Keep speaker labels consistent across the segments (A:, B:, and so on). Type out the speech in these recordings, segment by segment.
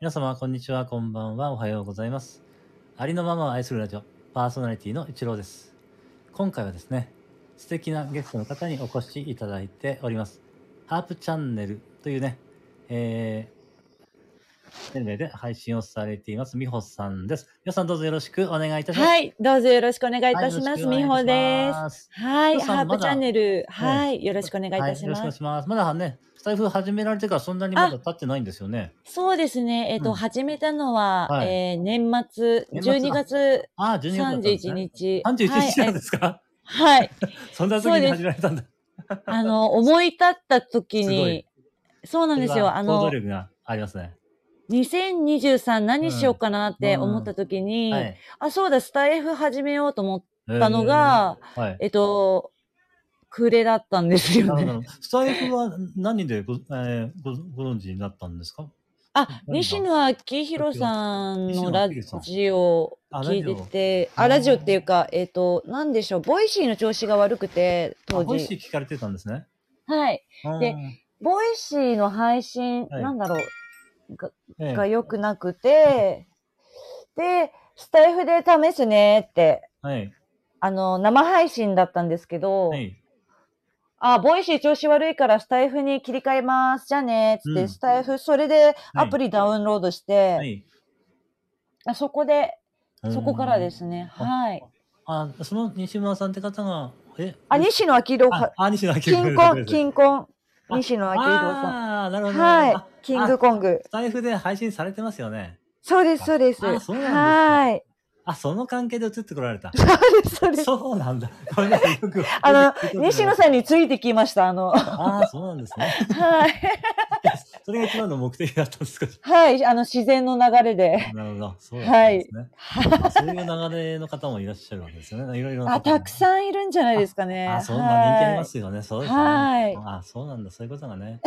A: 皆様、こんにちは、こんばんは、おはようございます。ありのままを愛するラジオ、パーソナリティの一郎です。今回はですね、素敵なゲストの方にお越しいただいております。ハープチャンネルというね、えー、チャンネル名で配信をされています、みほさんです。みほさん、どうぞよろしくお願いいたします。、
B: はいい、どうぞよろしくお願いいたします。みほです。
A: す。
B: はい、
A: みほ
B: ハ
A: さん
B: ープチャンネル、はい、よろしくお願いい
A: はい、
B: た
A: よろし
B: し
A: くお願
B: ま
A: い
B: す。
A: します。まだね、スタイフ始められてからそんなにまだ
B: あ
A: 経ってないんですよね。
B: そうですね、えっ、と、
A: うん
B: 始めたのは、
A: はい
B: えー年末、
A: 年末
B: 12月
A: ああ、12月だったんです、
B: 31
A: ね。
B: 日。
A: 31日なんですか、
B: はい、はい、
A: そんな時
B: そう
A: に
B: です
A: 始められたんだ。
B: あ の、思い立った時
A: すごい
B: に、そうなんです
A: それ
B: よ、
A: は
B: あ
A: 行動
B: の、
A: 力がありますね。
B: 2023何しようかなって思った時に、
A: はい。
B: あ、そうだ、スタイフ始めようと思っ
A: えー
B: たのが、
A: はい。
B: えっ、と、暮れだったんですよ
A: なる
B: ね
A: ほ。ど。スタイフは何でご、えーごご存知になったんですか
B: あ、
A: 何が
B: 西野昭弘さんのラジオを聞いてて、
A: あ
B: あ、
A: ラ
B: ラ
A: ジ
B: ジ
A: オ
B: オっていうか、えっ、と、なんでしょう、ボイシーの調子が悪くて、
A: あ
B: 当
A: ボイシー
B: 時。
A: 聞かれてたんですね。
B: はい。でボイシーの配信、
A: はい
B: なんだろ
A: うん、え
B: う、
A: え
B: が良くなくて、で、スタイフで試すねって、
A: はい。
B: あの、生配信だったんですけど、
A: はい。
B: あ、ボイシー調子悪いからスタイフに切り替えます。じゃあね、つって、
A: うん
B: スタイフ、それでアプリダウンロードして、
A: はい。。
B: あそこで、そこからですすね。
A: あ
B: はい。
A: あ、その西村さんって方が、え
B: あ、西野昭郎
A: あ
B: か、、
A: あ西野明
B: 金婚、金婚、
A: あ
B: 西野昭郎さ
A: ああー、なるほ
B: ん。
A: ど。
B: は
A: あ
B: い。キングコング
A: ス。タイフで配信されてますよね。
B: そうです、そうです。
A: あそうな
B: はい。
A: あ、その関係で移ってこられた。
B: そうです、そうです。
A: そうなんだ。ごめんなさいよく
B: あの、西野
A: ん。
B: さんについてきまし た、あの。は
A: ああ、そうなんですね。
B: い。
A: それが一番の目的だったんですか。
B: はい、あの、自然の流れで。
A: なるほど。そうなんですね。
B: は
A: あそういう流れの方もいらっしゃるわけですよね。いろいろな
B: あ、
A: 方も
B: たくさんいるんじゃないですかね。
A: あ、そんな人気ありま
B: は
A: すよね。そうですね。
B: はい
A: あ、そうなんだ。そういうことが ね。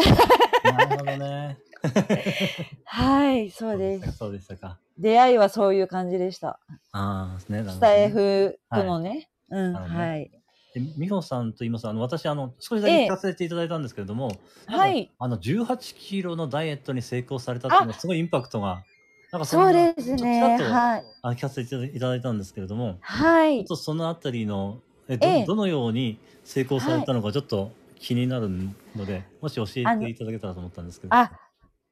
A: なるほどね。
B: い。はい、そうで
A: したか
B: す。
A: そうでしたか。
B: 出会いはそういう感じでした。
A: ああ、ね。なるほどね
B: スタイ。フとのね。うん、
A: なるほどね
B: はい。
A: で美穂さんと言いますとあの、私、あの、少しだけ聞かせていただいたんですけれども、なんか
B: はい。
A: あの、18キロのダイエットに成功されたっていうのは、すごいインパクトが、なんか
B: そ
A: ん
B: う
A: な
B: です
A: ちょ
B: ね。
A: っと
B: はい。
A: あ聞かせていただいたんですけれども、
B: は
A: ちょ
B: い
A: っ。とそのあたりのえど,、
B: ええ
A: どのように成功されたのかちょっと気になるので、もし教えていただけたらと思ったんですけど。
B: あ、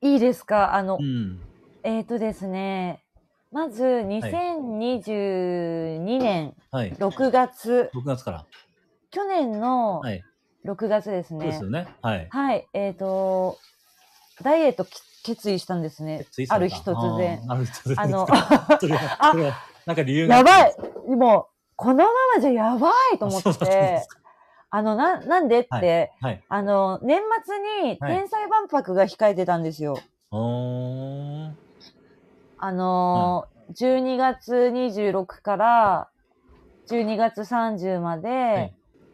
B: いいですか。あの、
A: うん。
B: えっ、ー、とですね、まず2022年
A: はい。
B: 6月、
A: 6月から。
B: 去年の
A: はい。
B: 6月です
A: そうで
B: ね
A: す。よね。はい。
B: はい、えっ、ー、と、ダイエットき決意したんですね
A: つい。さ
B: あ
A: れ
B: る
A: た
B: 日突然。。
A: あーある日突然。
B: あの、
A: それは、それは、なんか理由が。
B: やばいもう、このままじゃやばいと思
A: あ
B: っ
A: そうだったんで
B: て
A: す、
B: あの、な、なんでって、
A: はい。
B: あの、年末に
A: はい
B: 天才万博が控えてたんですよ。
A: おー。
B: あのー12月26から12月30まで、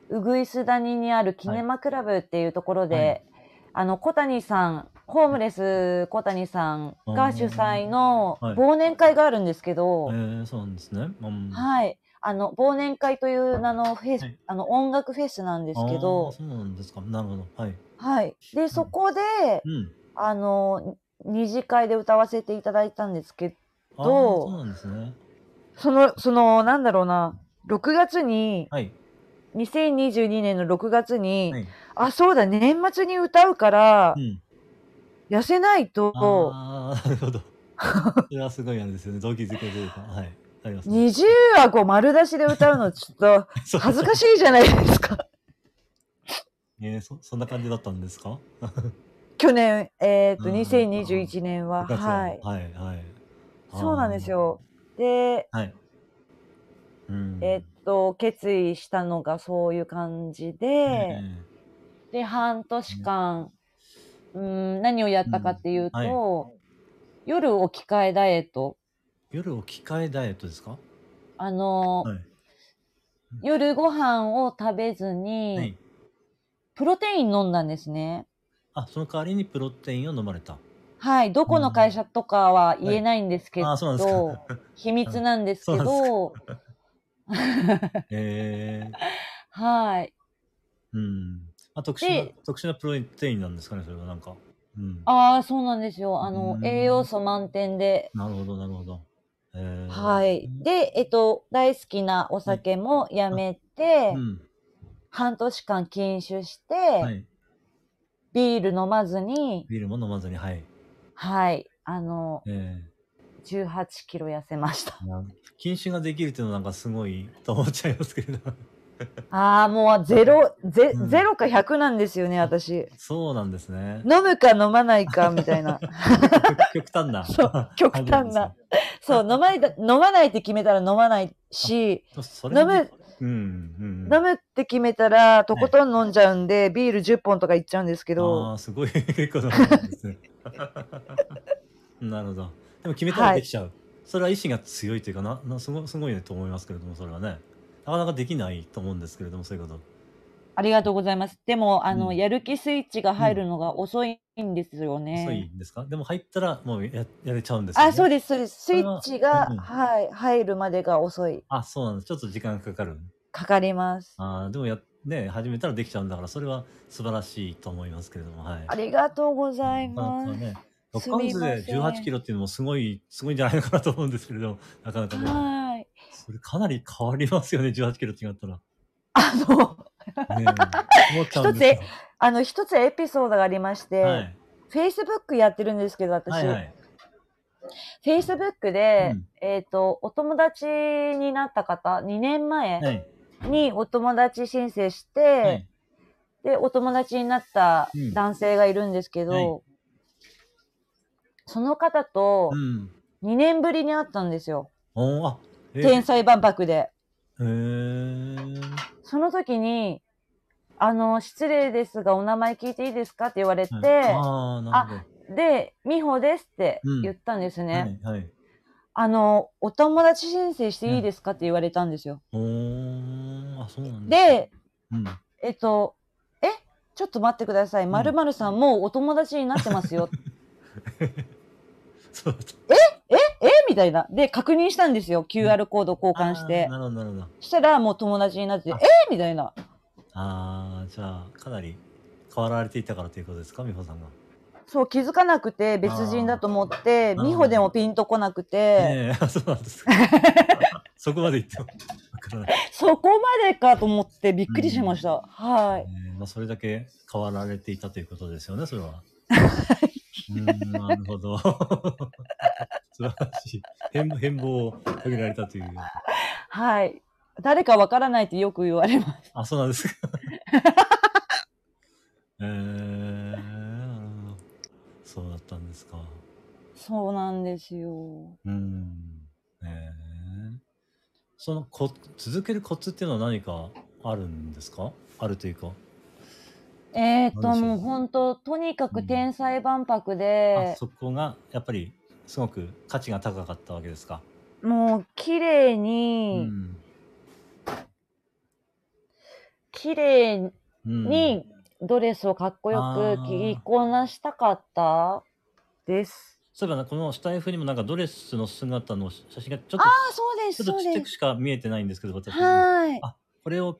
A: い
B: ウグイス谷にあるキネマクラブっていうところで、
A: はい
B: あの、小谷さん、ホームレス小谷さんが主催の
A: はい
B: 忘年会があるんですけど、
A: え
B: はい、
A: ー、そうなんですね。うん。
B: あの、忘年会という名のフェス、
A: はい
B: あの、音楽フェスなんですけ
A: あー
B: ど、
A: そうなんですか。なるほど。はい。
B: はい。で、そこで、
A: うん。
B: あの、二次会で歌わせていただいたんですけど、
A: あー
B: どう
A: そうなんですね。
B: その、その、なんだろうな、6月に、
A: はい。
B: 2022年の6月に、
A: はい。
B: あ、そうだ、年末に歌うから
A: う、ん。
B: 痩せないと、
A: ああ、なるほど。それはすごいあれですよね。動機づけというか。はい。ありますね。
B: 20はこう丸出しで歌うの、ちょっと、
A: そう
B: 恥ずかしいじゃないですか。
A: えー、そそんな感じだったんですか
B: 去年、えっ、と、
A: うん
B: 2021年は、
A: 部活
B: はい。
A: はい、はい。
B: そうなんですよ。で、
A: あー。はい。うん。
B: えっ、と、決意したのがそういう感じで、
A: え
B: で、半年間、うん、何をやったかっていうと、
A: うん
B: 夜置き換えダイエット。
A: 夜置き換えダイエットですか
B: あの、
A: はい。
B: 夜ご飯を食べずに、
A: はい。
B: プロテイン飲んだんですね。
A: あ、その代わりにプロテインを飲まれた。
B: はい、どこの会社とかは言えないんですけど、
A: あー、そうなんですか。
B: 秘密なんです けど、
A: ええー。
B: はい。
A: うん。まあ、特殊な
B: で、
A: 特殊なプロテインなんですかね、それはなんか。うん。
B: ああ、そうなんですよ。あの、
A: うん
B: 栄養素満点で。
A: なるほど、なるほど。えー
B: はい。で、えっと、大好きなお酒もやめて、
A: うん。
B: 半年間禁酒して、
A: はい。
B: ビール飲まずに、
A: ビールも飲まずに、はい。
B: はい。あの、
A: え
B: 18キロ痩せました。
A: ーな禁酒ができるっていうのはなんかすごいと思っちゃいますけれ ど。
B: ああ、もうゼロ、ゼ
A: うん
B: ゼロか100なんですよね、私。
A: そうなんですね。
B: 飲むか飲まないかみた いな。
A: 極端な。
B: そう極端な
A: 感じんで
B: そう、飲まないだ、飲まないって決めたら飲まないし、
A: すよ。それ
B: 飲む
A: うん、うん。
B: 飲むって決めたら、とことん飲んじゃうんで、ビール10本とかいっちゃうんですけ
A: あ
B: ど、
A: あ、すごい結構なんです ね。なるほど。でも決めたらできちゃう。それは意志が強いというかな、なすごすごいねと思いますけれども、それはね。なかなかできないと思うんですけれども、そういうこと。
B: ありがとうございます。でも、あの、
A: うん
B: やる気スイッチが入るのが遅いんですよね。
A: 遅いんですかでも入ったらもうややれちゃうんですよ、ね。
B: あ、そう
A: す。
B: です、そうです。
A: そ
B: スイ
A: れは
B: ッチが、
A: うん
B: はい、入るまでが遅い。
A: あ、そうなんです。ちょっと時間かかる。
B: かかります。
A: ああ、でもや、ね、始めたらできちゃうんだから、それは素晴らしいと思いますけれども、はい。
B: ありがとうござい
A: なか
B: ま
A: なか
B: す。
A: ね、
B: す
A: 6ヶ
B: み
A: 月
B: ません
A: で18キロっていうのもすごい、すごいんじゃないのかなと思うんですけれども、なかなかね、
B: はい。
A: それかなり変わりますよね、18キロ違ったら。
B: あの、
A: ねえ、思っちゃうんです
B: あの、一つエピソードがありまして、
A: よ。はい。
B: Facebook やってるんですけど、私。
A: はいはい。
B: Facebook で、
A: うん
B: えっ、と、お友達になった方、2年前
A: はい。
B: にお友達申請して、
A: はい。
B: で、お友達になった
A: うん
B: 男性がいるんですけど、
A: はい
B: その方と
A: うん。
B: 2年ぶりに会ったんですよ。
A: おーあ、え
B: 天才万博で。
A: えー。
B: その時に、あの、失礼ですが、お名前聞いていいですかって言われて、
A: ああ、なるほ
B: で、美穂ですって言ったんです
A: ど。
B: ね。
A: はい。はい。
B: あの、お友達申請していいですかって言われたんですよ。
A: おー、あ、そうなんだ、
B: で、
A: うん。
B: えっと、えちょっと待ってください。
A: ん
B: まるまるさん、もうお友達になってま すよ。
A: そう
B: えみたいな。で、確認したんですよ。QR コード交換し
A: あー
B: て
A: な。るほど、なるほど。
B: したら、もう友達になってて、
A: あ
B: えみたいな。
A: ああ、じゃあ、かなり変わられていたからということですか、美穂さんが。
B: そう、気づかなくて、別人だと思って、
A: あー
B: 美穂でもピンとこなくて、
A: ええそうなんですか。そこまで言ってもわからない。
B: そこまでかと思ってびっくりしました。はい。
A: えーまあ、それだけ変わられていたということですよね、それは。うーん、なるほど。 素晴らしい。変変貌を遂げられたという。
B: はい。誰かわからないってよく言われます。
A: あ、そうなんですか。えー、なるほど。そうだったんですか。
B: そうなんですよ。
A: うん。えー、そのこ続けるコツっていうのは何かあるんですかあるというか。
B: えー、っと、
A: 何でしょう
B: もう本当、とにかく天才万博
A: あ
B: で、
A: そこがやっぱりすごく価値が高かったわけですか。
B: もう綺麗
A: う
B: に、
A: ん。
B: 綺麗
A: うん、
B: にドレスをかっこよ
A: あー
B: く着こなしたかったです。
A: そういえばなこのスタイフにもなんかドレスの姿の写真がちょっ
B: ああ、そうで
A: と
B: す、
A: ちょっと
B: そう
A: ちっちゃ
B: で
A: く
B: す。
A: しか見えてないんですけど私も
B: はーい
A: あ。これを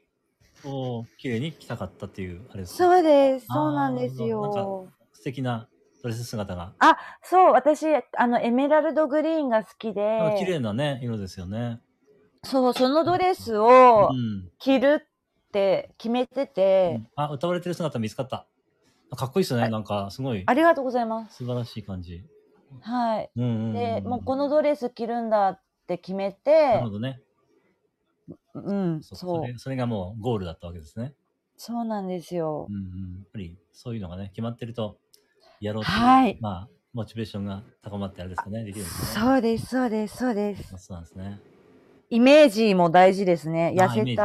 A: こう綺麗に着たかったっていうあれですか
B: そうです。
A: あー
B: そうなんです
A: なる
B: よ。
A: 素敵なドレス姿が、
B: そう、私、あの、エメラルドグリーンが好き
A: なんか綺
B: で、
A: 麗なね色ですよね。
B: そう、そのドレスを
A: うん
B: 着るって決めて
A: う
B: て、
A: んあ歌われてる姿見つかった。かっこいいですよね、なんかすごい
B: ありがとうございます。
A: 素晴らしい感じ。
B: はい。
A: うんうんうん、
B: で、もうこの
A: ド
B: ドレス着るんだって決め
A: レスな
B: て
A: るほ、どね。
B: うん、
A: そう
B: そ
A: そうれ。それがもうゴールだったわけですね。
B: そうなんですよ
A: うん。うん、やっぱりそういうのがね決まってるとやろうという
B: はい。
A: まあ、モチベーションが高まってあれですかね、できるんですかね。
B: そうです、そうです、そうです。
A: あそうなんですね。
B: イメージも大事ですね。
A: あ
B: 痩せた
A: イメージね、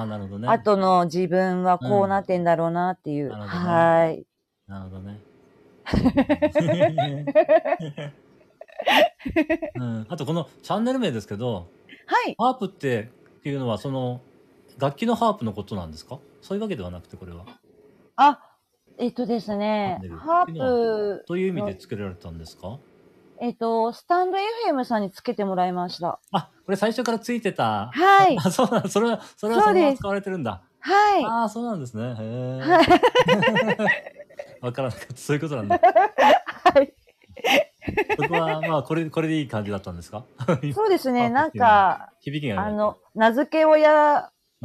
A: あ、なるほどね。
B: 後の自分はこうなってんだろうなっていう。
A: うんなるほどね
B: はい。
A: なるほど ね。うん、あとこのチャンネル名ですけど、
B: はい。
A: ハープってっていうのはその楽器のハープのことなんですかそういうわけではなくてこれは。
B: あ、えっとです
A: 合
B: ね
A: ってる、
B: ハープ、
A: という意味で作られたんですか
B: えっと、スタンド FM さんにつけてもらいました。
A: あ、これ最初からついてた。
B: はい
A: あ、そうなんそれは、それは
B: そ
A: そうのま
B: で
A: ます使われてるんだ。
B: はい。
A: ああ、そうなんですね。へえ。
B: はい
A: わからなかった。そういうことなんだ。
B: はい。
A: そこは、まあ、これ、これでいい感じだったんですか
B: そうですね。
A: あ
B: なんか、
A: 響きが
B: あ
A: 良い
B: の、名付け親
A: あ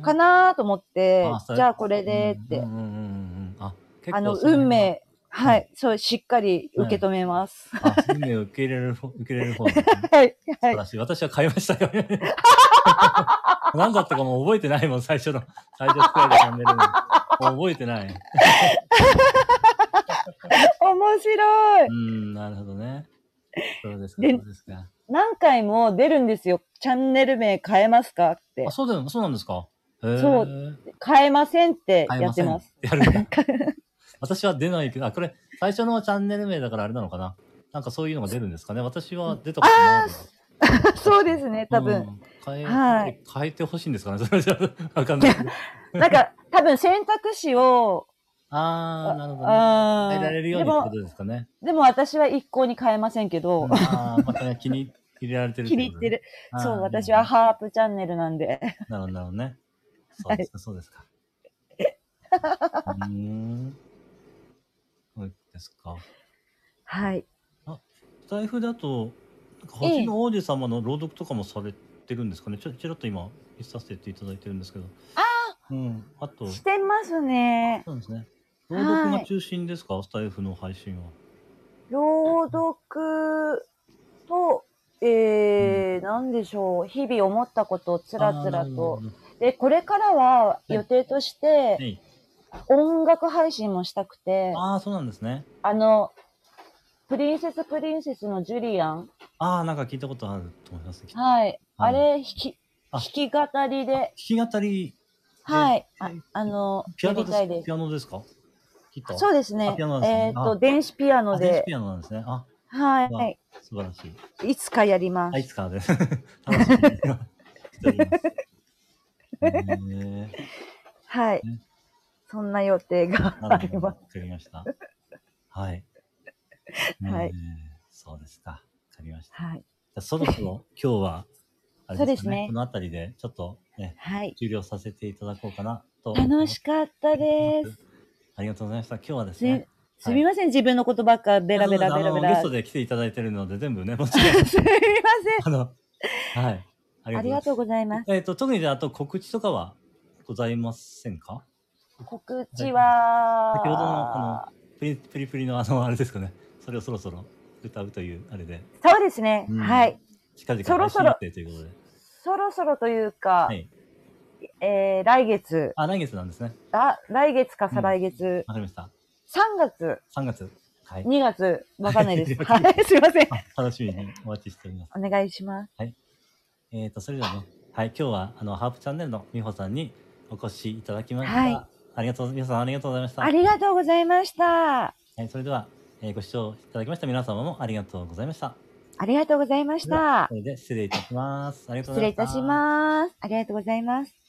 A: ー
B: かなと思って
A: あ、それ
B: じゃあこれでって、
A: うんうんうんうんうんあ、結構
B: あの、
A: そ辺
B: 運命、は、
A: はい
B: そう、しっかり受け止めます。
A: は。あ、運命を受け入れる方、受け入れる方なんですね。
B: は
A: 素
B: い、 はい
A: 晴。らしい。私は買いました よ。何だったかもう覚えてないもん、最初の。最初作られたチャンネルも。もう覚えてない。。
B: 面白いう
A: ん、なるほどね。そうですか、
B: で
A: そうですか。
B: 何回も出るんですよ。チャンネル名変えますかって
A: あ、。そうだよ、そうなんですか。へー
B: そ変えませんって
A: 買えま
B: やって
A: せん
B: ます。。
A: やるんだ。 私は出ないけど、あ、これ、最初のチャンネル名だからあれなのかな。なんかそういうのが出るんですかね。私は出たことないです。
B: そうですね、多
A: う
B: 分。
A: ん。変え、
B: はい
A: 変えてほしいんですかね。 それじゃあわかんないけど。
B: なんか、多分選択肢を、
A: あー、なるほど、ね。
B: あ
A: 変えられるよう
B: で
A: にってこ
B: も、
A: とですかね。
B: でも私は一向に変えませんけど、
A: ああ、またね気に入れられてる
B: 気に入ってる。
A: ことね。
B: そう、
A: あー
B: 私は。ハープチャンネルなんで。
A: なるほど、なるほどね。そうですか、そうです か。うーん。そうですか。
B: はい。
A: 財布だと、なんか星の王子様の朗読とかもされてるんですかね。ちょ、ちらっと今、見させていただいてるんですけど。ああうん。あと、そ
B: してますね。
A: うですね。朗読
B: は
A: が
B: い
A: 中心ですか、スタイフの配信は。
B: 朗読と、えー、なんでしょう。日々思ったことをつらつらと
A: あー。。
B: で、これからはい予定として、
A: はい、
B: 音楽配信もしたくて、
A: ああ、そうなんですね。
B: あの、プリンセスプリンセスのジュリアン。
A: ああ、なんか聞いたことあると思います。きっと
B: はい。あれ、弾き、
A: あ
B: 弾き語りで
A: 弾、き語り、
B: はい。あ
A: ね
B: あの、
A: ピ
B: や
A: アノ
B: り
A: で
B: たい
A: す
B: です
A: ピ。アノですかギター
B: そうです
A: あ
B: ね。
A: ピアノなんですね
B: えっ、
A: あ
B: と、電子ピアノ
A: あ電子
B: で
A: ピ、アノなんですね。あ、
B: は
A: 素晴らしい。
B: い。いつかやりま
A: あ、
B: す。
A: いつからです。楽しみ にしております。え
B: はい
A: ね。
B: そんな予定が
A: ー、
B: あ
A: なる
B: り
A: ほど。
B: ま
A: わかりました。はい。
B: は
A: え
B: い
A: ー。そうですか。わかりました。
B: す。はい。
A: じゃあそろそ ろ今日は、あれです
B: そうです
A: かね。
B: ね
A: このあたりでちょっとね、
B: はい。
A: 終了させていただこうかなと。
B: 楽しかったです。。
A: ありがとうございました。今日はです
B: す
A: ね
B: み。すみません、自分のことばっかベラベラベラベ
A: あのゲ
B: ラ。
A: ス
B: す
A: ト
B: み
A: で来ていただいてるので、全部ね、もちろん。
B: ません。
A: あ の、はい。あ
B: あ
A: ござい
B: り
A: ま
B: が
A: す
B: とうございます。
A: えっ、と、特にじゃあ、あと告知とかはございませんか
B: 告知は、
A: 先ほどのあプリプリプリのあの、あれですかね。 それをそろそろ歌うという、あれで、
B: そうですね。
A: うん
B: はい。
A: 近々
B: そ
A: 配
B: ろそ
A: 信
B: ろ
A: 予定ということで。
B: そろそろというか、
A: はい。
B: えー、来月、
A: あ、来月なんですね。
B: あ、来月か
A: う
B: 再
A: ん
B: 来月、
A: わかりました。
B: 3月、
A: 3月。はい。
B: 2月、わかんない です。
A: 了
B: は
A: 解
B: い、すいません。
A: あ楽しみにお待ちしております。
B: お願いします。
A: えっ、と、それではね、はい、今日は、あの、ハープチャンネルの美穂さんにお越しいただきました。
B: はい
A: ありがとう、皆さんありがとうございました。
B: ありがとうございました。
A: はい、それでは、えーご視聴いただきました皆様もありがとうございました。
B: ありがとうございました
A: そ。れではこれで失礼いたします。ありがとうご
B: 失
A: ざ
B: 礼
A: い
B: い
A: ました。
B: たします。ありがとうございます。